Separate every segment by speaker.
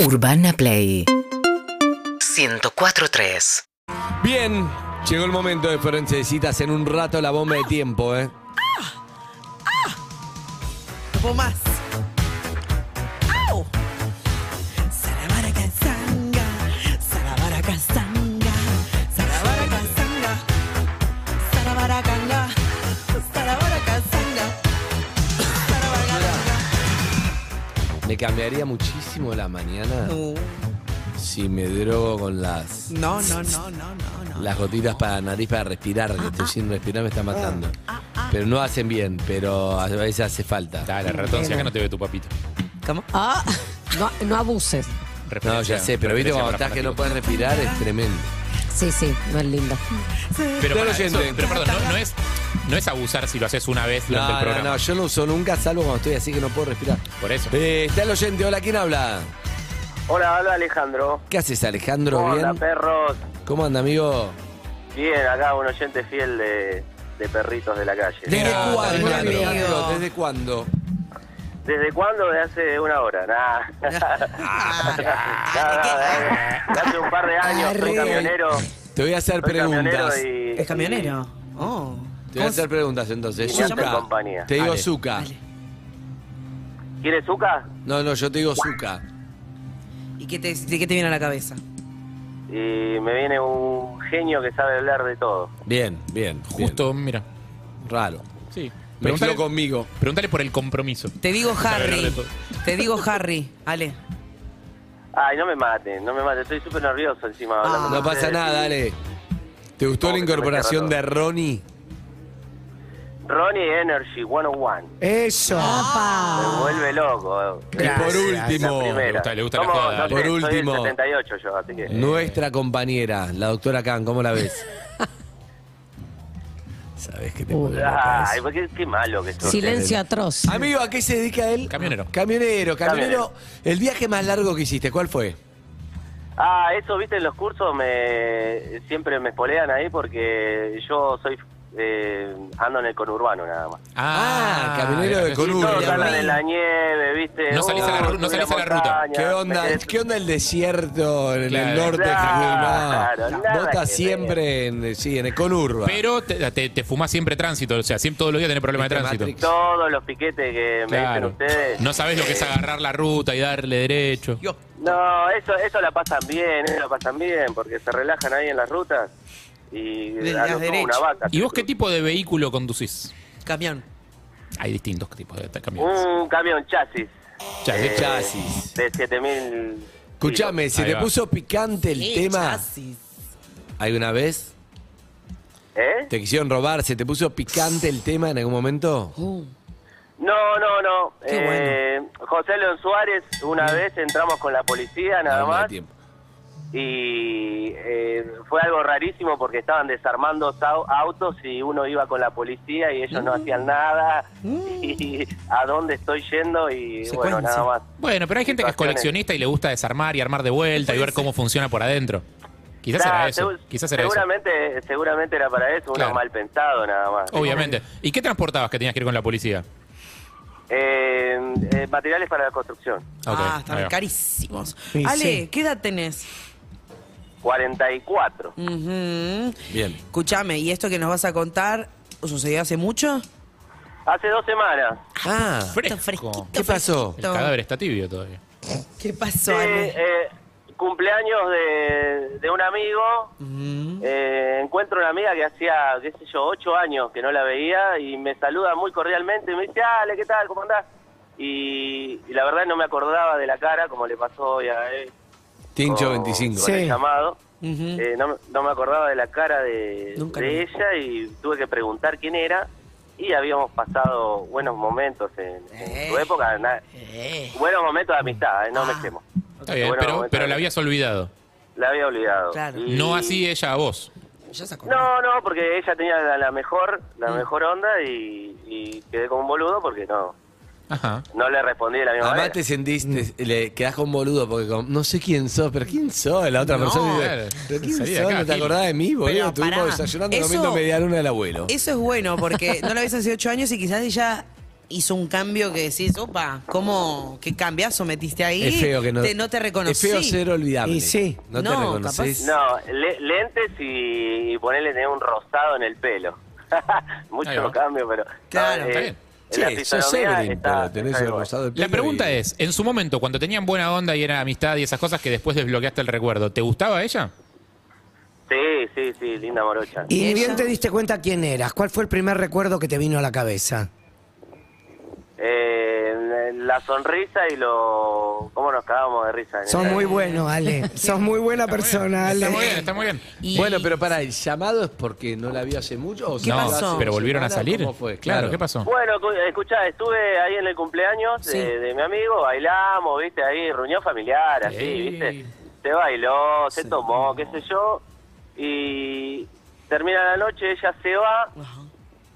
Speaker 1: Urbana Play 104.3
Speaker 2: Bien, llegó el momento de Florencecitas en un rato la bomba de tiempo, ¿eh?
Speaker 3: No puedo más. ¡Au! Sarabaracazanga, sarabaracazanga, sarabaracazanga, sarabaracanga, sarabaracazanga, sarabaracazanga.
Speaker 2: Me cambiaría muchísimo la mañana
Speaker 3: No,
Speaker 2: si me drogo con las,
Speaker 3: Uh, no, no, no, no, no, no.
Speaker 2: las gotitas para la nariz para respirar, que estoy sin respirar, me está matando. Pero no hacen bien, pero a veces hace falta.
Speaker 4: Dale, ratón, si acá no te ve tu papito.
Speaker 3: ¿Cómo?
Speaker 5: Ah, no, no abuses.
Speaker 2: No, ya sé, pero viste cuando estás que no puedes respirar, es tremendo.
Speaker 5: Sí, sí, no es lindo.
Speaker 4: Pero,
Speaker 2: Claro,
Speaker 4: pará, eso-
Speaker 2: gente.
Speaker 4: pero perdón, no, no es, no es abusar si lo haces una vez
Speaker 2: No,
Speaker 4: durante el
Speaker 2: no,
Speaker 4: programa.
Speaker 2: no, yo no uso nunca, salvo cuando estoy así que no puedo respirar.
Speaker 4: Por eso.
Speaker 2: Eh, está el oyente, hola, ¿quién habla?
Speaker 6: Hola, habla Alejandro.
Speaker 2: ¿Qué haces, Alejandro?
Speaker 6: Hola,
Speaker 2: ¿Bien?
Speaker 6: perros?
Speaker 2: ¿Cómo anda, amigo?
Speaker 6: Bien, acá un oyente fiel de, de perritos de la calle.
Speaker 2: ¿Desde
Speaker 4: Grande,
Speaker 2: cuándo,
Speaker 4: Alejandro.
Speaker 2: Alejandro? ¿Desde cuándo?
Speaker 6: ¿Desde cuándo? De hace una hora. Nah.
Speaker 2: Ah,
Speaker 6: Nah, nah, nah. De hace un par de años. Soy
Speaker 5: Arre.
Speaker 6: camionero.
Speaker 2: Te voy a hacer
Speaker 6: Soy camionero
Speaker 2: preguntas.
Speaker 6: y.
Speaker 3: ¿Es camionero? Oh.
Speaker 2: Te voy a hacer preguntas entonces.
Speaker 6: Y me hace
Speaker 2: Zuka.
Speaker 6: compañía.
Speaker 2: Te digo
Speaker 4: Dale.
Speaker 2: Zuka.
Speaker 6: ¿Quieres azúcar?
Speaker 2: No, no, yo te digo Zuka.
Speaker 3: ¿Y qué te, de qué te viene a la cabeza?
Speaker 6: Y me viene un genio que sabe hablar de todo.
Speaker 2: Bien, bien. Justo.
Speaker 4: Justo, mira.
Speaker 2: Raro.
Speaker 4: Sí.
Speaker 2: Mezcló
Speaker 4: Preguntale,
Speaker 2: conmigo.
Speaker 4: preguntale por el compromiso.
Speaker 3: Te digo
Speaker 4: sabe hablar de
Speaker 3: Harry.
Speaker 4: todo.
Speaker 3: Te digo Harry, Ale.
Speaker 6: Ay, no me maten, no me maten. Estoy súper nervioso encima hablando.
Speaker 2: Ah, No
Speaker 6: con
Speaker 2: pasa
Speaker 6: ustedes.
Speaker 2: nada, dale. ¿Te gustó
Speaker 6: Ah,
Speaker 2: la
Speaker 6: eh, No, que se me
Speaker 2: incorporación de
Speaker 6: cierra
Speaker 2: Ronnie?
Speaker 6: Ronnie Energy 101.
Speaker 2: Eso.
Speaker 6: Me vuelve loco.
Speaker 2: Y por último,
Speaker 6: primera.
Speaker 4: Le gusta- le gusta la
Speaker 6: Somos,
Speaker 4: joda,
Speaker 6: no
Speaker 4: Ale.
Speaker 6: sé,
Speaker 2: Por
Speaker 6: soy del
Speaker 2: último.
Speaker 6: 78 yo, así que.
Speaker 2: nuestra compañera, la doctora Khan, ¿cómo la ves? Sabes que te
Speaker 5: Uh.
Speaker 2: puedo
Speaker 6: Ay, pues qué, qué malo que sos.
Speaker 5: Silencio atroz.
Speaker 2: Amigo, ¿a qué se dedica él?
Speaker 4: Camionero.
Speaker 2: Camionero, camionero.
Speaker 6: Camionero.
Speaker 2: El viaje más largo que hiciste, ¿cuál fue?
Speaker 6: Ah, eso, viste, en los cursos me siempre me espolean ahí porque yo soy eh, ando en el conurbano nada más.
Speaker 2: Ah, camionero de
Speaker 4: sí,
Speaker 2: Conur.
Speaker 4: todo
Speaker 6: Todos
Speaker 2: ya
Speaker 6: andan
Speaker 2: vi.
Speaker 6: en la nieve, viste.
Speaker 4: No salís a la ru- no
Speaker 6: subí
Speaker 4: salís a la ruta.
Speaker 6: montaña,
Speaker 2: ¿Qué onda,
Speaker 6: tenés-
Speaker 2: ¿Qué onda el desierto en el
Speaker 4: Claro.
Speaker 2: norte
Speaker 6: Claro,
Speaker 2: de Jujuy? No.
Speaker 6: nada
Speaker 2: Vota
Speaker 6: que
Speaker 2: siempre en, sí, en el conurba.
Speaker 4: Pero te, te, te fumás siempre tránsito, o sea, siempre, todos los días tenés problemas de
Speaker 2: Este
Speaker 4: tránsito.
Speaker 2: Matrix.
Speaker 6: Todos los piquetes que
Speaker 4: Claro.
Speaker 6: me dicen ustedes.
Speaker 4: No sabés lo que es agarrar la ruta y darle derecho.
Speaker 3: Yo.
Speaker 6: No, eso, eso la pasan bien, eso la pasan bien, porque se relajan ahí en las rutas y
Speaker 3: Del-
Speaker 6: a
Speaker 3: las
Speaker 6: lo sumo
Speaker 3: derechas.
Speaker 6: una vaca.
Speaker 4: ¿Y vos qué tipo de vehículo conducís?
Speaker 3: Camión.
Speaker 4: Hay distintos tipos de
Speaker 2: Uh,
Speaker 4: camiones.
Speaker 6: Un camión chasis.
Speaker 2: Chasis,
Speaker 6: Eh,
Speaker 2: chasis.
Speaker 6: De 7000.
Speaker 2: Escuchame, se
Speaker 4: Ahí
Speaker 2: te
Speaker 4: va.
Speaker 2: puso picante el
Speaker 3: Sí,
Speaker 2: tema
Speaker 3: chasis.
Speaker 2: alguna vez.
Speaker 6: kilos. ¿Eh?
Speaker 2: ¿Te quisieron robar? ¿Se te puso picante el tema en algún momento?
Speaker 5: Uh,
Speaker 6: No, no, no.
Speaker 3: Qué
Speaker 6: Eh, José León Suárez, una vez entramos con la policía nada
Speaker 2: No, no hay
Speaker 6: más
Speaker 2: tiempo.
Speaker 6: y eh, fue algo rarísimo porque estaban desarmando sau- autos y uno iba con la policía y
Speaker 4: Mm.
Speaker 6: ellos no hacían nada y a dónde estoy yendo y bueno,
Speaker 3: Secuencia.
Speaker 6: nada más.
Speaker 4: Bueno, pero hay gente que es coleccionista y le gusta desarmar y armar de vuelta y ver cómo funciona por adentro. Quizás
Speaker 6: Nah,
Speaker 4: era eso.
Speaker 6: segu-
Speaker 4: Quizás era eso.
Speaker 6: seguramente, seguramente era para eso, uno
Speaker 4: Claro.
Speaker 6: mal pensado nada más.
Speaker 4: Obviamente. ¿Y qué transportabas que tenías que ir con la policía?
Speaker 6: Eh, eh, materiales para la construcción.
Speaker 4: Ok,
Speaker 3: ah,
Speaker 4: ahí
Speaker 3: están
Speaker 4: va.
Speaker 3: carísimos. Ale, ¿qué edad tenés?
Speaker 6: 44.
Speaker 3: Ujú.
Speaker 2: Bien.
Speaker 3: Escúchame, ¿y esto que nos vas a contar sucedió hace mucho?
Speaker 6: Hace dos semanas.
Speaker 2: Ah,
Speaker 4: Fresco.
Speaker 2: ¿qué pasó?
Speaker 4: El cadáver está tibio todavía.
Speaker 3: ¿Qué pasó,
Speaker 6: Eh,
Speaker 3: Ale?
Speaker 6: eh, cumpleaños de, de un amigo. Eh, encuentro una amiga que hacía, qué sé yo, ocho años que no la veía y me saluda muy cordialmente y me dice, Ale, ¿qué tal? ¿Cómo andás? Y, y la verdad no me acordaba de la cara, como le pasó hoy a él.
Speaker 2: Tincho
Speaker 6: con-
Speaker 2: 25.
Speaker 6: con el llamado.
Speaker 3: Ujú.
Speaker 6: Eh, no, me- no me acordaba de la cara de,
Speaker 3: Nunca
Speaker 6: de
Speaker 3: vi.
Speaker 6: ella y tuve que preguntar quién era y habíamos pasado buenos momentos en, en
Speaker 3: Eh.
Speaker 6: su época. na-
Speaker 3: Eh, Ah.
Speaker 6: buenos momentos de amistad, eh, no me quemo.
Speaker 4: Está bien,
Speaker 6: Bueno,
Speaker 4: pero, pero
Speaker 6: bueno, está
Speaker 4: la
Speaker 6: bien.
Speaker 4: habías olvidado.
Speaker 6: La había olvidado.
Speaker 3: Claro.
Speaker 6: Y-
Speaker 4: No así eh. ella a vos.
Speaker 3: ya se acordó.
Speaker 6: No, no, porque ella tenía la, la mejor la
Speaker 3: Mm.
Speaker 6: mejor onda y, y quedé como un boludo porque no
Speaker 4: Ajá.
Speaker 6: no le respondí de la misma
Speaker 2: Además
Speaker 6: manera.
Speaker 2: te sentiste,
Speaker 6: Mm.
Speaker 2: le quedás con boludo porque como, no sé quién sos, pero ¿quién sos? La otra
Speaker 3: No,
Speaker 2: persona
Speaker 4: claro.
Speaker 2: dice, ¿pero ¿quién
Speaker 4: Salí de
Speaker 2: sos?
Speaker 4: acá,
Speaker 2: ¿No te
Speaker 4: Gil.
Speaker 2: acordás de mí? Boludo,
Speaker 3: Pero
Speaker 2: estuvimos
Speaker 3: pará,
Speaker 2: desayunando,
Speaker 3: eso-
Speaker 2: comiendo medialuna del abuelo.
Speaker 3: Eso es bueno, porque no la ves hace ocho años y quizás ella hizo un cambio que decís, opa, ¿cómo, qué cambiazo metiste ahí?
Speaker 2: Es feo que no
Speaker 3: te, no te reconocí.
Speaker 2: Es feo ser olvidable.
Speaker 1: Y sí.
Speaker 2: No, te
Speaker 3: No,
Speaker 2: reconoces.
Speaker 6: No, le- lentes y, y ponerle tener un rosado en el pelo.
Speaker 4: Ahí
Speaker 6: Mucho
Speaker 4: va.
Speaker 6: cambio, pero.
Speaker 3: Claro,
Speaker 6: no, eh,
Speaker 4: está bien.
Speaker 6: la
Speaker 2: Che, sos
Speaker 6: fisonomía
Speaker 2: Evelyn,
Speaker 6: está-
Speaker 2: pero tenés
Speaker 6: está
Speaker 2: el
Speaker 6: igual.
Speaker 2: rosado del
Speaker 4: La
Speaker 2: pelo
Speaker 4: pregunta
Speaker 2: y-
Speaker 4: es, en su momento, cuando tenían buena onda y era amistad y esas cosas que después desbloqueaste el recuerdo, ¿te gustaba ella?
Speaker 6: Sí, sí, sí, linda morocha.
Speaker 1: Y ni
Speaker 3: Ella-
Speaker 1: bien te diste cuenta quién eras. ¿Cuál fue el primer recuerdo que te vino a la cabeza?
Speaker 6: Eh, la sonrisa y lo. ¿Cómo nos cagábamos de risa? en
Speaker 1: Sos
Speaker 6: el-
Speaker 1: muy bueno, Ale. Sos muy buena persona,
Speaker 4: Está muy bien,
Speaker 1: Ale.
Speaker 4: está muy bien.
Speaker 3: Y-
Speaker 2: Bueno, pero para el llamado es porque no la vi hace mucho. ¿o
Speaker 3: ¿Qué
Speaker 2: no,
Speaker 3: pasó?
Speaker 2: hace
Speaker 4: pero
Speaker 2: una
Speaker 4: volvieron a
Speaker 2: semana?
Speaker 4: salir.
Speaker 2: ¿Cómo fue?
Speaker 4: Claro, ¿qué pasó?
Speaker 6: Bueno, cu- escuchá, estuve ahí en el cumpleaños de-
Speaker 3: Sí.
Speaker 6: de, mi amigo, bailamos, viste, ahí, reunión familiar, así,
Speaker 4: Ey.
Speaker 6: viste. Se bailó, se tomó, qué sé yo, y termina la noche, ella se va,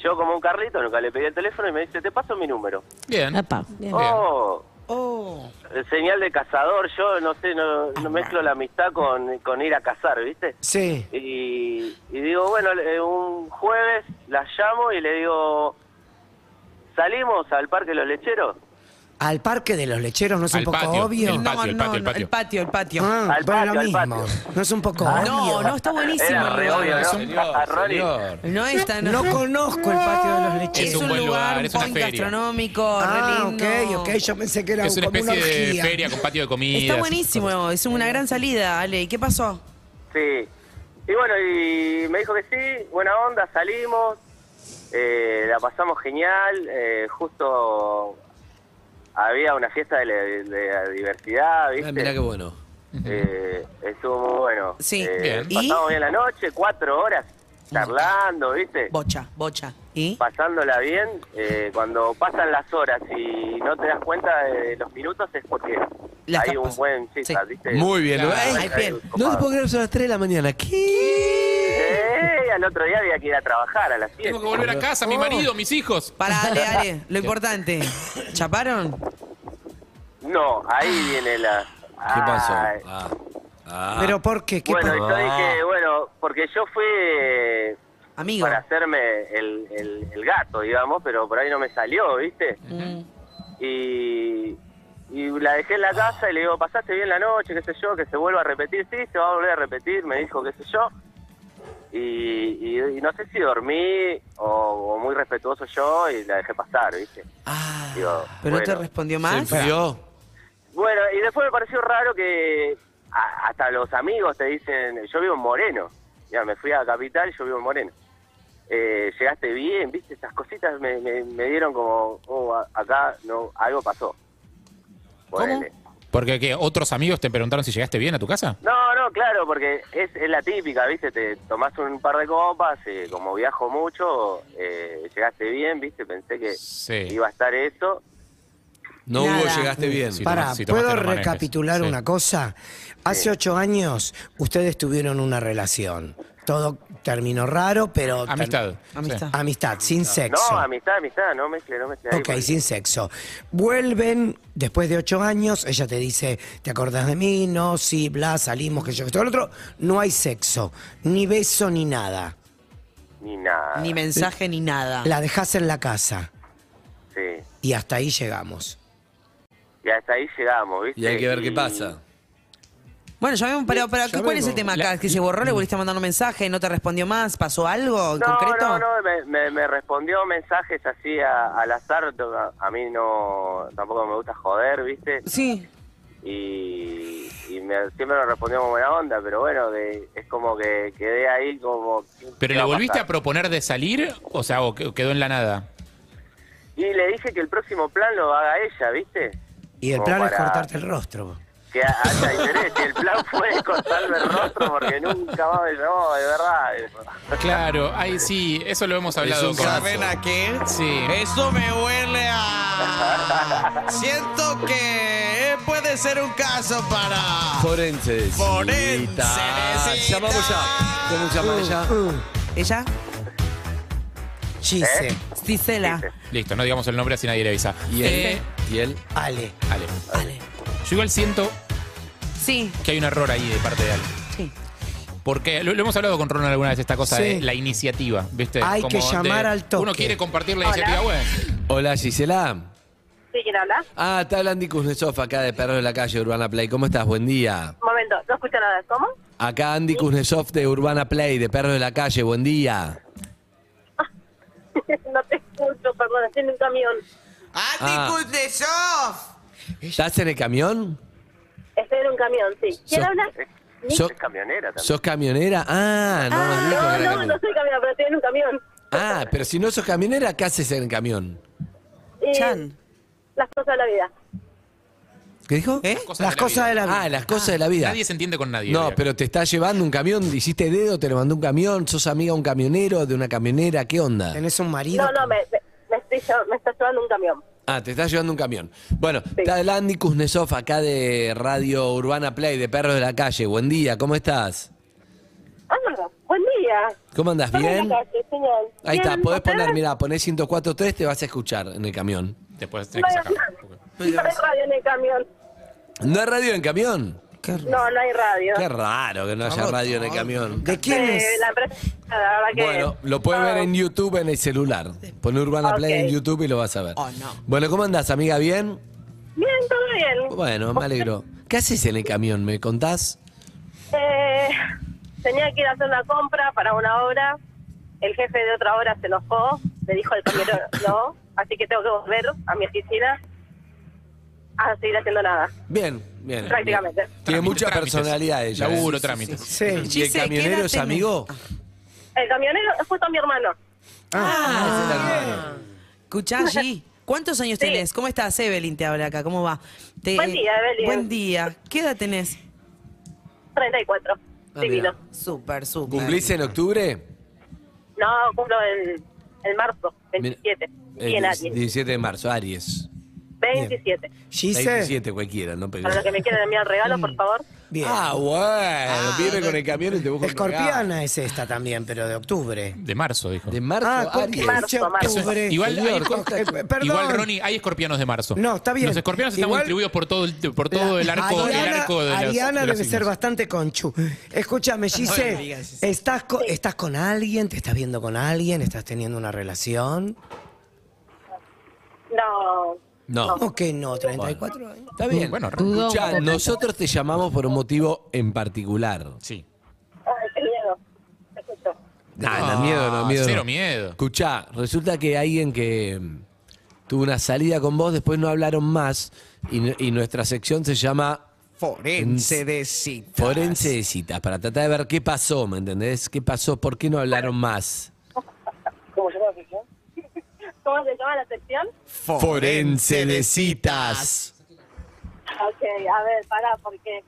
Speaker 6: yo como un carrito, nunca le pedí el teléfono y me dice, te paso mi número.
Speaker 4: Bien.
Speaker 5: Apa, bien.
Speaker 4: Bien.
Speaker 6: Oh,
Speaker 3: Oh,
Speaker 6: señal de cazador, yo no sé, no, no mezclo la amistad con, con ir a cazar, viste.
Speaker 1: Sí.
Speaker 6: Y, y digo, bueno, le- eh, un jueves la llamo y le digo, ¿salimos al Parque Los Lecheros?
Speaker 1: Al parque de los lecheros, ¿no es
Speaker 4: Al
Speaker 1: un poco
Speaker 4: patio,
Speaker 1: obvio?
Speaker 4: el patio, el
Speaker 3: no,
Speaker 4: patio, el
Speaker 3: no,
Speaker 4: patio.
Speaker 3: el patio, el patio.
Speaker 1: Ah,
Speaker 6: Al
Speaker 1: bueno,
Speaker 6: patio,
Speaker 1: lo
Speaker 6: al
Speaker 1: mismo.
Speaker 6: patio.
Speaker 1: No es un poco obvio.
Speaker 3: Ah, no, no, está buenísimo
Speaker 6: Era
Speaker 3: el
Speaker 6: re
Speaker 3: lugar.
Speaker 6: obvio,
Speaker 3: Es
Speaker 6: ¿no?
Speaker 3: un-
Speaker 6: A Ronnie.
Speaker 2: señor.
Speaker 3: No es tan...
Speaker 1: No conozco el patio de los lecheros.
Speaker 3: es un buen lugar, un
Speaker 4: es una
Speaker 3: point
Speaker 4: feria.
Speaker 3: gastronómico, re
Speaker 1: Ah,
Speaker 3: lindo.
Speaker 1: ok, ok. Yo pensé que era
Speaker 4: Es una
Speaker 1: como una
Speaker 4: especie de
Speaker 1: orgía.
Speaker 4: feria con patio de comida.
Speaker 3: Está buenísimo, es una gran salida, Ale. ¿Y qué pasó?
Speaker 6: Sí. Y bueno, y me dijo que sí, buena onda, salimos, eh, la pasamos genial, eh, justo había una fiesta de la, de la diversidad, ¿viste?
Speaker 2: Ah, mirá qué bueno.
Speaker 6: Eh, estuvo muy bueno.
Speaker 3: Sí.
Speaker 6: Eh,
Speaker 4: Bien.
Speaker 3: ¿Y?
Speaker 6: Pasamos bien la noche, cuatro horas charlando, ¿viste?
Speaker 3: Bocha, bocha. ¿Y?
Speaker 6: pasándola bien, eh, cuando pasan las horas y no te das cuenta de los minutos es porque
Speaker 3: La
Speaker 6: hay
Speaker 3: estás
Speaker 6: un
Speaker 3: pas-
Speaker 6: buen
Speaker 3: sí.
Speaker 6: chiste, ¿viste?
Speaker 2: Muy bien.
Speaker 4: Claro.
Speaker 2: Ay,
Speaker 3: Ay, bien.
Speaker 2: no te puedo creer, son las 3 de la mañana. ¿Qué?
Speaker 6: Eh, al otro día había que ir a trabajar a las 7.
Speaker 4: Tengo que volver a casa, mi marido, mis hijos.
Speaker 3: Pará, Ale, Ale, lo importante. ¿Chaparon?
Speaker 6: No, ahí viene la...
Speaker 2: ¿Qué pasó?
Speaker 6: Ay.
Speaker 2: Ah, ah.
Speaker 1: Pero ¿por qué? ¿Qué
Speaker 6: Bueno,
Speaker 1: pa-
Speaker 6: y yo dije, bueno, porque yo fui eh,
Speaker 3: Amigo.
Speaker 6: para hacerme el, el- el gato, digamos, pero por ahí no me salió, ¿viste? Y, y la dejé en la casa y le digo, pasaste bien la noche, qué sé yo, que se vuelva a repetir. Sí, se va a volver a repetir, me dijo, qué sé yo. Y, y- y no sé si dormí o, o muy respetuoso yo y la dejé pasar, ¿viste?
Speaker 3: Ah,
Speaker 6: Digo,
Speaker 3: pero no te
Speaker 6: bueno.
Speaker 3: respondió
Speaker 2: ¿Se
Speaker 3: más.
Speaker 2: enfrió?
Speaker 6: Bueno, y después me pareció raro que a- hasta los amigos te dicen, yo vivo en Moreno. Ya, me fui a Capital, yo vivo en Moreno. Eh, llegaste bien, viste, esas cositas me, me- me dieron como, oh, a- acá no algo pasó. Ponele.
Speaker 4: Porque ¿qué? otros amigos te preguntaron si llegaste bien a tu casa.
Speaker 6: No, no, claro, porque es, es la típica, viste, te tomás un par de copas, eh, como viajo mucho, eh, llegaste bien, viste, pensé que
Speaker 4: Sí.
Speaker 6: iba a estar eso.
Speaker 2: No
Speaker 3: Nada.
Speaker 2: hubo, llegaste bien.
Speaker 4: Sí.
Speaker 1: Pará,
Speaker 4: si tomaste
Speaker 1: ¿puedo
Speaker 4: no manejes?
Speaker 1: recapitular
Speaker 4: Sí.
Speaker 1: una cosa? Hace ocho años ustedes tuvieron una relación. Todo terminó raro, pero... ter-
Speaker 4: Amistad.
Speaker 3: Amistad.
Speaker 1: Amistad, sin sexo.
Speaker 6: No, amistad, amistad, no mezcle, no mezcle. ahí,
Speaker 1: Ok,
Speaker 6: porque-
Speaker 1: sin sexo. Vuelven después de ocho años, ella te dice, ¿te acordás de mí? No, sí, bla, salimos, que yo, que todo el otro. No hay sexo, ni beso, ni nada.
Speaker 6: Ni nada.
Speaker 3: Ni mensaje ni nada.
Speaker 1: La dejás en la casa
Speaker 6: Sí.
Speaker 1: y hasta ahí llegamos.
Speaker 6: Y hasta ahí llegamos, ¿viste?
Speaker 2: Y hay que ver qué pasa.
Speaker 3: Bueno, ya vemos, pero, pero ¿cuál es el tema acá? ¿Que se borró? ¿Le volviste a mandar un mensaje? ¿No te respondió más? ¿Pasó algo en
Speaker 6: No,
Speaker 3: concreto?
Speaker 6: no, no, me, me- me respondió mensajes así a- al azar, to- a, a mí no, tampoco me gusta joder, ¿viste?
Speaker 3: Sí.
Speaker 6: Y, y me- siempre me respondió como buena onda, pero bueno, de- es como que quedé ahí como...
Speaker 4: ¿Pero le volviste a proponer de salir? O sea, ¿o que- quedó en la nada?
Speaker 6: Y le dije que el próximo plan lo haga ella, ¿viste?
Speaker 1: Y el
Speaker 6: Como
Speaker 1: plan es
Speaker 6: para
Speaker 1: cortarte el rostro.
Speaker 6: Que haya interés, y el plan fue cortarme el rostro porque nunca más me llamó, de verdad.
Speaker 4: Claro, ahí sí, eso lo hemos
Speaker 2: Es
Speaker 4: hablado.
Speaker 2: un
Speaker 4: con-
Speaker 2: caso.
Speaker 7: qué?
Speaker 4: Sí.
Speaker 7: Eso me huele
Speaker 2: Ah.
Speaker 7: a. Siento que puede ser un caso para.
Speaker 2: Forense.
Speaker 7: Forense, necesita.
Speaker 2: Llamamos ya. ¿Cómo se llama ella?
Speaker 8: Uh,
Speaker 3: ¿Ella?
Speaker 1: Gise,
Speaker 3: Cisela.
Speaker 4: Listo, no digamos el nombre así nadie le avisa.
Speaker 8: uh.
Speaker 2: ¿Y él?
Speaker 4: Eh,
Speaker 2: ¿Y él?
Speaker 1: Ale.
Speaker 4: Ale.
Speaker 3: Vale.
Speaker 4: Yo igual siento
Speaker 3: Sí,
Speaker 4: que hay un error ahí de parte de Ale.
Speaker 3: sí.
Speaker 4: Porque lo, lo hemos hablado con Ron alguna vez esta cosa
Speaker 1: Sí.
Speaker 4: de la iniciativa, ¿viste?
Speaker 1: Hay que llamar al toque.
Speaker 4: Uno quiere compartir la iniciativa, bueno.
Speaker 2: Hola Gisela.
Speaker 8: ¿Sí, quién habla?
Speaker 2: Ah, te habla Andy Kuznetsov acá de Perros de la Calle, Urbana Play. ¿Cómo estás? Buen día.
Speaker 8: Un momento, no escucho nada. ¿Cómo?
Speaker 2: Acá Andy Kuznetsov de Urbana Play, de Perros de la Calle. Buen día.
Speaker 8: no te escucho, perdón, estoy en un camión.
Speaker 7: ¡Andy
Speaker 2: Ah.
Speaker 7: Kuznetsov!
Speaker 2: ¿Estás en el camión?
Speaker 8: Estoy en un camión, sí. ¿Quién
Speaker 2: So-
Speaker 8: habla? Ni-
Speaker 2: ¿Sos,
Speaker 6: Es camionera también.
Speaker 2: sos camionera? Ah, no, me dijo que
Speaker 8: no,
Speaker 2: era
Speaker 8: no,
Speaker 2: camionera.
Speaker 8: no soy camión, pero estoy en un camión.
Speaker 2: Ah, pero si no sos camionera, ¿qué haces en el camión?
Speaker 8: Eh,
Speaker 3: Chan.
Speaker 8: Las cosas de la vida.
Speaker 2: ¿Qué dijo?
Speaker 3: ¿Eh?
Speaker 1: Las cosas de la vida.
Speaker 2: Ah, las cosas de la vida.
Speaker 4: Nadie se entiende con nadie.
Speaker 2: No,
Speaker 4: Diego.
Speaker 2: pero te está llevando un camión, hiciste dedo, te lo mandó un camión, sos amiga de un camionero, de una camionera, ¿qué onda?
Speaker 1: ¿Tenés un marido?
Speaker 8: No, no, me, me, me estoy, llev- me está llevando un camión.
Speaker 2: Ah, te estás llevando un camión. Bueno, está el Andy Kuznetsov acá de Radio Urbana Play, de Perros de la Calle. Buen día, ¿cómo estás?
Speaker 8: Ah, buen día.
Speaker 2: ¿Cómo andás?
Speaker 8: Estoy en
Speaker 2: ¿Bien?
Speaker 8: la calle, señor.
Speaker 2: Ahí
Speaker 8: Bien,
Speaker 2: está, podés
Speaker 8: ¿ustedes?
Speaker 2: poner, mirá, ponés 104.3, te vas a escuchar en el camión.
Speaker 4: Después tenés que sacar. porque-
Speaker 8: No hay radio en el camión.
Speaker 2: ¿No hay radio en el camión?
Speaker 8: No, no hay radio.
Speaker 2: Qué raro que no haya radio en el camión.
Speaker 1: ¿De quién
Speaker 8: Eh,
Speaker 1: es?
Speaker 8: la empresa, la verdad que...
Speaker 2: Bueno, lo puedes ver en YouTube en el celular. Pon Urbana
Speaker 8: Ah. Ok.
Speaker 2: Play en YouTube y lo vas a ver.
Speaker 3: Oh, no.
Speaker 2: Bueno, ¿cómo andás, amiga? ¿Bien?
Speaker 8: Bien, todo bien.
Speaker 2: Bueno, me alegro. ¿Qué haces en el camión? ¿Me contás?
Speaker 8: Eh, tenía que ir a hacer una compra para una obra. El jefe de otra obra se enojó. Le dijo al camionero no. Así que tengo que volver a mi oficina a seguir haciendo nada.
Speaker 2: Bien, bien.
Speaker 8: Prácticamente.
Speaker 2: Tiene
Speaker 4: Trámites,
Speaker 2: mucha
Speaker 4: trámites.
Speaker 2: personalidad ella. ¿eh?
Speaker 4: Laburo, trámites.
Speaker 1: Sí.
Speaker 2: ¿Y el
Speaker 3: Gise,
Speaker 2: camionero es
Speaker 3: quédate en-
Speaker 2: amigo?
Speaker 8: El camionero es justo mi hermano.
Speaker 3: Ah. Escuchá, G. ¿Cuántos años
Speaker 8: Sí.
Speaker 3: tenés? ¿Cómo estás? Evelyn te habla acá, ¿cómo va? Te-
Speaker 8: Buen día, Evelyn.
Speaker 3: Buen día. ¿Qué edad tenés?
Speaker 8: 34.
Speaker 2: Ah,
Speaker 8: divino.
Speaker 2: mira.
Speaker 3: Súper, súper.
Speaker 2: ¿Cumplís en octubre?
Speaker 8: No, cumplo en, en marzo, 27.
Speaker 2: Mira, eh,
Speaker 8: Y en
Speaker 2: el
Speaker 8: Aries.
Speaker 2: 17 de marzo, Aries.
Speaker 8: 27.
Speaker 1: ¿Gise?
Speaker 2: 27 cualquiera, no Pero-
Speaker 8: Para los que me quieran enviar regalo,
Speaker 2: Mm.
Speaker 8: por favor.
Speaker 1: Bien.
Speaker 2: Ah, bueno, viene con el camión y te busca un regalo.
Speaker 1: Escorpiana es esta también, pero de octubre.
Speaker 4: De marzo, dijo.
Speaker 2: De marzo,
Speaker 1: Ah, ¿con qué
Speaker 2: Aries.
Speaker 1: fecha
Speaker 8: Marzo, marzo.
Speaker 1: octubre?
Speaker 4: Igual hay
Speaker 1: Señor,
Speaker 4: escor-
Speaker 1: eh, eh, perdón.
Speaker 4: Igual, Ronnie, hay escorpianos de marzo.
Speaker 1: No, está bien.
Speaker 4: Los escorpianos estamos
Speaker 1: Igual-
Speaker 4: distribuidos por todo el, por todo el arco, el
Speaker 1: Ariana,
Speaker 4: arco de las-
Speaker 1: Ariana
Speaker 4: de los
Speaker 1: debe ser
Speaker 4: signos.
Speaker 1: bastante conchu. Escúchame,
Speaker 3: No me
Speaker 1: Gise,
Speaker 3: digas eso.
Speaker 1: ¿estás, co- ¿estás con alguien? ¿Te estás viendo con alguien? ¿Estás teniendo una relación?
Speaker 8: No.
Speaker 2: No.
Speaker 1: ¿Cómo que no? ¿34 años?
Speaker 2: Está bien.
Speaker 4: Bueno,
Speaker 5: Dudó un
Speaker 2: Escuchá,
Speaker 5: poco.
Speaker 2: nosotros te llamamos por un motivo en particular.
Speaker 4: sí.
Speaker 8: Ay, qué miedo. Te escucho.
Speaker 3: Ah,
Speaker 2: Nada, miedo, no, miedo. no.
Speaker 4: Ah, Cero miedo.
Speaker 2: Escuchá, resulta que alguien que mm, tuvo una salida con vos, después no hablaron más y, n- y nuestra sección se llama
Speaker 7: Forense de citas.
Speaker 2: Forense de citas, para tratar de ver qué pasó, ¿me entendés? ¿Qué pasó? ¿Por qué no hablaron más?
Speaker 8: ¿Cómo se llama la sección? ¿Cómo se llama la sección?
Speaker 2: Forense de citas.
Speaker 8: Ok, a ver, pará, porque...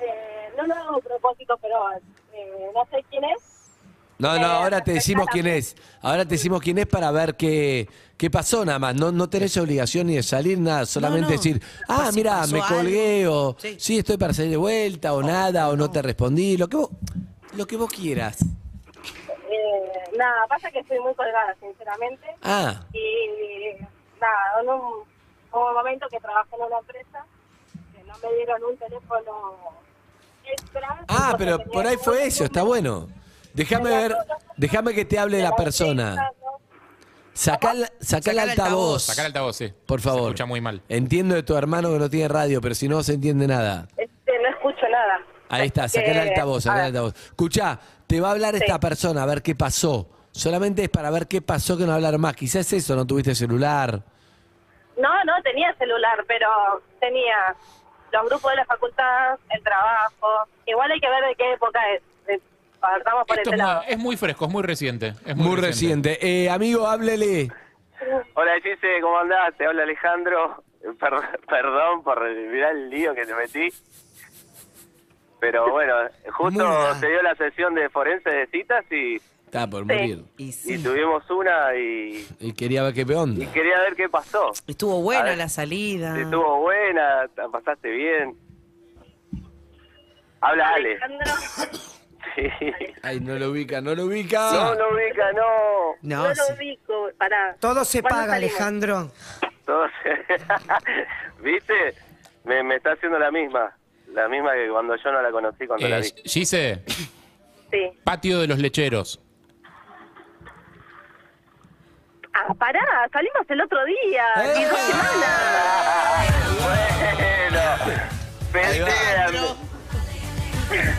Speaker 8: Eh, no lo hago a propósito, pero eh, no sé quién es.
Speaker 2: No, no, ahora te decimos quién es. Ahora te decimos quién es para ver qué, qué pasó nada más. No, no tenés obligación ni de salir, nada. Solamente
Speaker 3: no.
Speaker 2: decir,
Speaker 3: Por
Speaker 2: ah,
Speaker 3: si
Speaker 2: mira,
Speaker 3: pasó
Speaker 2: me colgué
Speaker 3: algo.
Speaker 2: o sí.
Speaker 3: Sí. Oh,
Speaker 2: estoy para salir de vuelta o nada o no te respondí. Lo que vos, lo que vos quieras.
Speaker 8: Eh, nada, pasa que estoy muy colgada, sinceramente.
Speaker 2: Ah,
Speaker 8: Y nada, en un, hubo un momento que trabajé en una empresa, que no me dieron un teléfono extra.
Speaker 2: ah,
Speaker 8: porque
Speaker 2: pero
Speaker 8: tenía
Speaker 2: por ahí fue
Speaker 8: un
Speaker 2: eso, está
Speaker 8: número
Speaker 2: bueno. Déjame ver, déjame que te hable
Speaker 8: de
Speaker 2: la persona.
Speaker 8: empresa, ¿no?
Speaker 2: Sacá, el- sacá el
Speaker 3: Sacá el altavoz.
Speaker 2: altavoz.
Speaker 4: Sacar el altavoz, sí.
Speaker 2: Por favor.
Speaker 4: Se escucha muy mal.
Speaker 2: Entiendo de tu hermano que no tiene radio, pero si no se entiende nada.
Speaker 8: Este, no escucho nada. Eh, ah,
Speaker 2: Ahí está,
Speaker 8: Así
Speaker 2: saca el
Speaker 8: que,
Speaker 2: altavoz,
Speaker 8: a
Speaker 2: saca el
Speaker 8: ver,
Speaker 2: altavoz. Escuchá, te va a hablar esta persona a ver qué pasó. Solamente es para ver qué pasó que no hablar más. Quizás eso, no tuviste celular.
Speaker 8: No, no, tenía celular, pero tenía los grupos de la facultad, el trabajo. Igual hay que ver de qué época es. de- Partamos por
Speaker 4: Esto
Speaker 8: ese
Speaker 4: es
Speaker 8: lado.
Speaker 4: muy, es muy fresco, es muy reciente. Es
Speaker 2: Muy, reciente. Eh, amigo, háblele.
Speaker 6: Hola, Gise, ¿cómo andás? Te habla Alejandro. Per- perdón por el, mirá el lío que te metí. Pero bueno, justo
Speaker 1: Muda.
Speaker 6: se dio la sesión de forense de citas y,
Speaker 2: Está por morir.
Speaker 3: Y
Speaker 6: y
Speaker 3: sí.
Speaker 6: tuvimos una y,
Speaker 2: Y quería ver qué
Speaker 6: y
Speaker 2: onda.
Speaker 6: quería ver qué pasó.
Speaker 3: Estuvo
Speaker 6: A
Speaker 3: buena
Speaker 6: ver,
Speaker 3: la salida.
Speaker 6: Si estuvo buena, la pasaste bien. Habla Ale.
Speaker 8: Alejandro,
Speaker 6: Sí.
Speaker 2: Ay, no lo ubica, no lo ubica.
Speaker 6: No, no ubica, no.
Speaker 8: no,
Speaker 3: No, sí.
Speaker 8: lo ubico, pará.
Speaker 1: Todo se
Speaker 8: ¿Cuándo
Speaker 1: paga,
Speaker 8: salimos?
Speaker 1: Alejandro.
Speaker 6: Todo se- ¿Viste? Me, me está haciendo la misma. La misma que cuando yo no la conocí, cuando la vi.
Speaker 4: Eh, Gise,
Speaker 8: Sí.
Speaker 4: patio de los lecheros.
Speaker 8: Ah, pará, salimos el otro día.
Speaker 2: ¡Eh!
Speaker 8: y dos semanas.
Speaker 6: Bueno, pensé,
Speaker 7: Alejandro.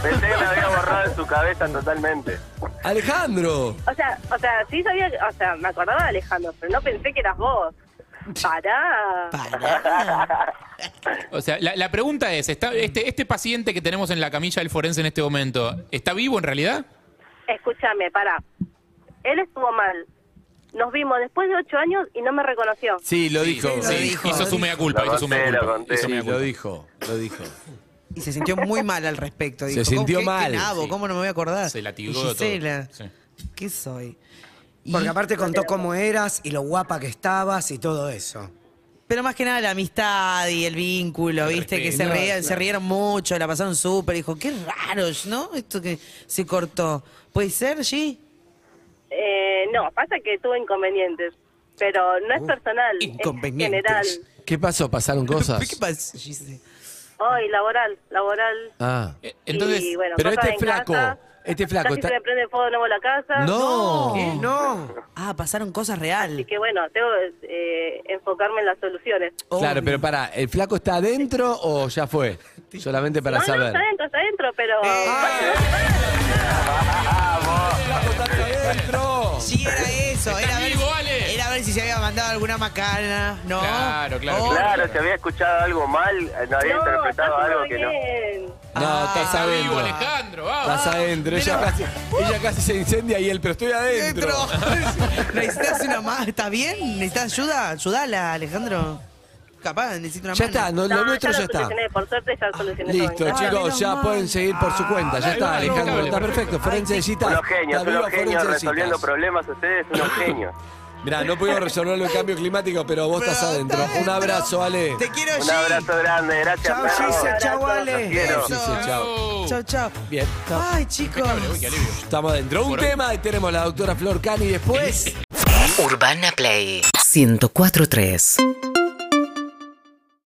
Speaker 6: pensé que me había borrado de su cabeza totalmente.
Speaker 2: Alejandro.
Speaker 8: O sea, o sea, sí sabía, que- o sea, me acordaba de Alejandro, pero no pensé que eras vos. Pará.
Speaker 4: O sea, la, la pregunta es, ¿está,
Speaker 1: Mm.
Speaker 4: este, ¿este paciente que tenemos en la camilla del forense en este momento, ¿está vivo en realidad?
Speaker 8: Escúchame, pará. Él estuvo mal. Nos vimos después de ocho años y no me reconoció.
Speaker 2: Sí, lo dijo.
Speaker 4: Sí,
Speaker 3: lo dijo.
Speaker 4: Hizo su mea culpa,
Speaker 6: Lo
Speaker 4: hizo su mea
Speaker 6: conté, lo
Speaker 4: culpa.
Speaker 6: conté.
Speaker 4: hizo
Speaker 2: Sí,
Speaker 4: mea
Speaker 2: lo
Speaker 4: culpa.
Speaker 2: dijo, lo dijo.
Speaker 3: Y se sintió muy mal al respecto.
Speaker 2: Se
Speaker 3: dijo,
Speaker 2: sintió
Speaker 3: "¿Con qué-
Speaker 2: mal".
Speaker 3: Qué nabo,
Speaker 4: Sí.
Speaker 3: ¿Cómo no me voy a acordar?
Speaker 4: Se latigó
Speaker 3: Y
Speaker 4: todo.
Speaker 3: Gisela,
Speaker 4: Sí.
Speaker 3: ¿qué soy? Y-
Speaker 1: Porque aparte contó cómo eras y lo guapa que estabas y todo eso.
Speaker 3: Pero más que nada la amistad y el vínculo,
Speaker 4: El
Speaker 3: ¿viste? Que
Speaker 4: respeto,
Speaker 3: se,
Speaker 4: claro.
Speaker 3: reían- se rieron mucho, la pasaron súper. Dijo, qué raros, ¿no? Esto que se cortó. ¿Puede ser, G?
Speaker 8: Eh, no, pasa que tuve inconvenientes, pero no es
Speaker 2: Uh,
Speaker 8: personal, es general.
Speaker 3: Inconvenientes.
Speaker 2: ¿Qué pasó? ¿Pasaron cosas?
Speaker 3: ¿Qué pasó, Gise?
Speaker 8: Hoy, laboral, laboral.
Speaker 2: Ah.
Speaker 4: Eh, Entonces,
Speaker 8: y bueno,
Speaker 2: pero
Speaker 8: cosas
Speaker 2: este
Speaker 8: en
Speaker 2: flaco,
Speaker 8: casa.
Speaker 2: este flaco
Speaker 8: Casi
Speaker 2: está-
Speaker 8: se me prende fuego de nuevo la casa.
Speaker 2: No.
Speaker 1: ¿Qué? No.
Speaker 3: Ah, pasaron cosas
Speaker 8: Así
Speaker 3: reales.
Speaker 8: que bueno, tengo que eh, enfocarme en las soluciones.
Speaker 2: Claro, pero pará, ¿el flaco está adentro o ya fue? Solamente para
Speaker 8: no, no,
Speaker 2: saber.
Speaker 8: está adentro, está adentro, pero...
Speaker 6: Eh,
Speaker 3: Sí, era eso. Era
Speaker 4: Estás
Speaker 3: ver,
Speaker 4: vivo, Ale.
Speaker 3: era ver si se había mandado alguna macana, ¿no?
Speaker 4: Claro, claro,
Speaker 3: Oh,
Speaker 4: claro.
Speaker 6: Claro, si había escuchado algo mal, eh, no había
Speaker 8: no,
Speaker 6: interpretado
Speaker 8: está todo
Speaker 6: algo que no.
Speaker 8: bien.
Speaker 2: No, estás
Speaker 4: Está vivo
Speaker 2: adentro.
Speaker 4: Alejandro, vamos.
Speaker 2: Estás adentro. Ella casi, ella casi se incendia y él, pero estoy adentro.
Speaker 3: Dentro. ¿Necesitas una más? ¿Está bien? ¿Necesitas ayuda? Ayudala, Alejandro. Capaz, necesito una
Speaker 2: Ya
Speaker 3: mano.
Speaker 2: está, no-
Speaker 8: No,
Speaker 2: lo nuestro ya
Speaker 8: lo
Speaker 2: está.
Speaker 8: solucioné, por suerte ya lo solucioné.
Speaker 2: Listo,
Speaker 8: todo.
Speaker 3: Ah,
Speaker 2: chicos,
Speaker 3: menos
Speaker 2: ya
Speaker 3: mal.
Speaker 2: pueden seguir por su cuenta. Ya
Speaker 4: Ah,
Speaker 2: está,
Speaker 4: no,
Speaker 2: Alejandro,
Speaker 4: impecable,
Speaker 2: está perfecto. Forense de citas.
Speaker 6: Unos genios,
Speaker 2: Está
Speaker 6: unos
Speaker 2: viva Forense
Speaker 6: genios
Speaker 2: de citas.
Speaker 6: resolviendo problemas ustedes, unos genios.
Speaker 2: Mirá, no pudimos resolverlo el cambio climático, pero vos
Speaker 3: Pero
Speaker 2: estás adentro.
Speaker 3: está
Speaker 2: Un
Speaker 3: adentro.
Speaker 2: abrazo, Ale.
Speaker 3: Te quiero,
Speaker 6: Un
Speaker 3: G.
Speaker 6: abrazo grande, gracias.
Speaker 1: Chau,
Speaker 6: perro.
Speaker 1: Gise, chau,
Speaker 6: Los
Speaker 1: Ale.
Speaker 6: quiero.
Speaker 2: Sí, sí, chao.
Speaker 4: Oh.
Speaker 3: Chao, chao.
Speaker 2: Bien.
Speaker 3: Ay, chicos.
Speaker 4: Uy, qué alivio.
Speaker 2: Estamos adentro. Un tema, y tenemos a la doctora Flor Cani después.
Speaker 9: Urbana Play 104.3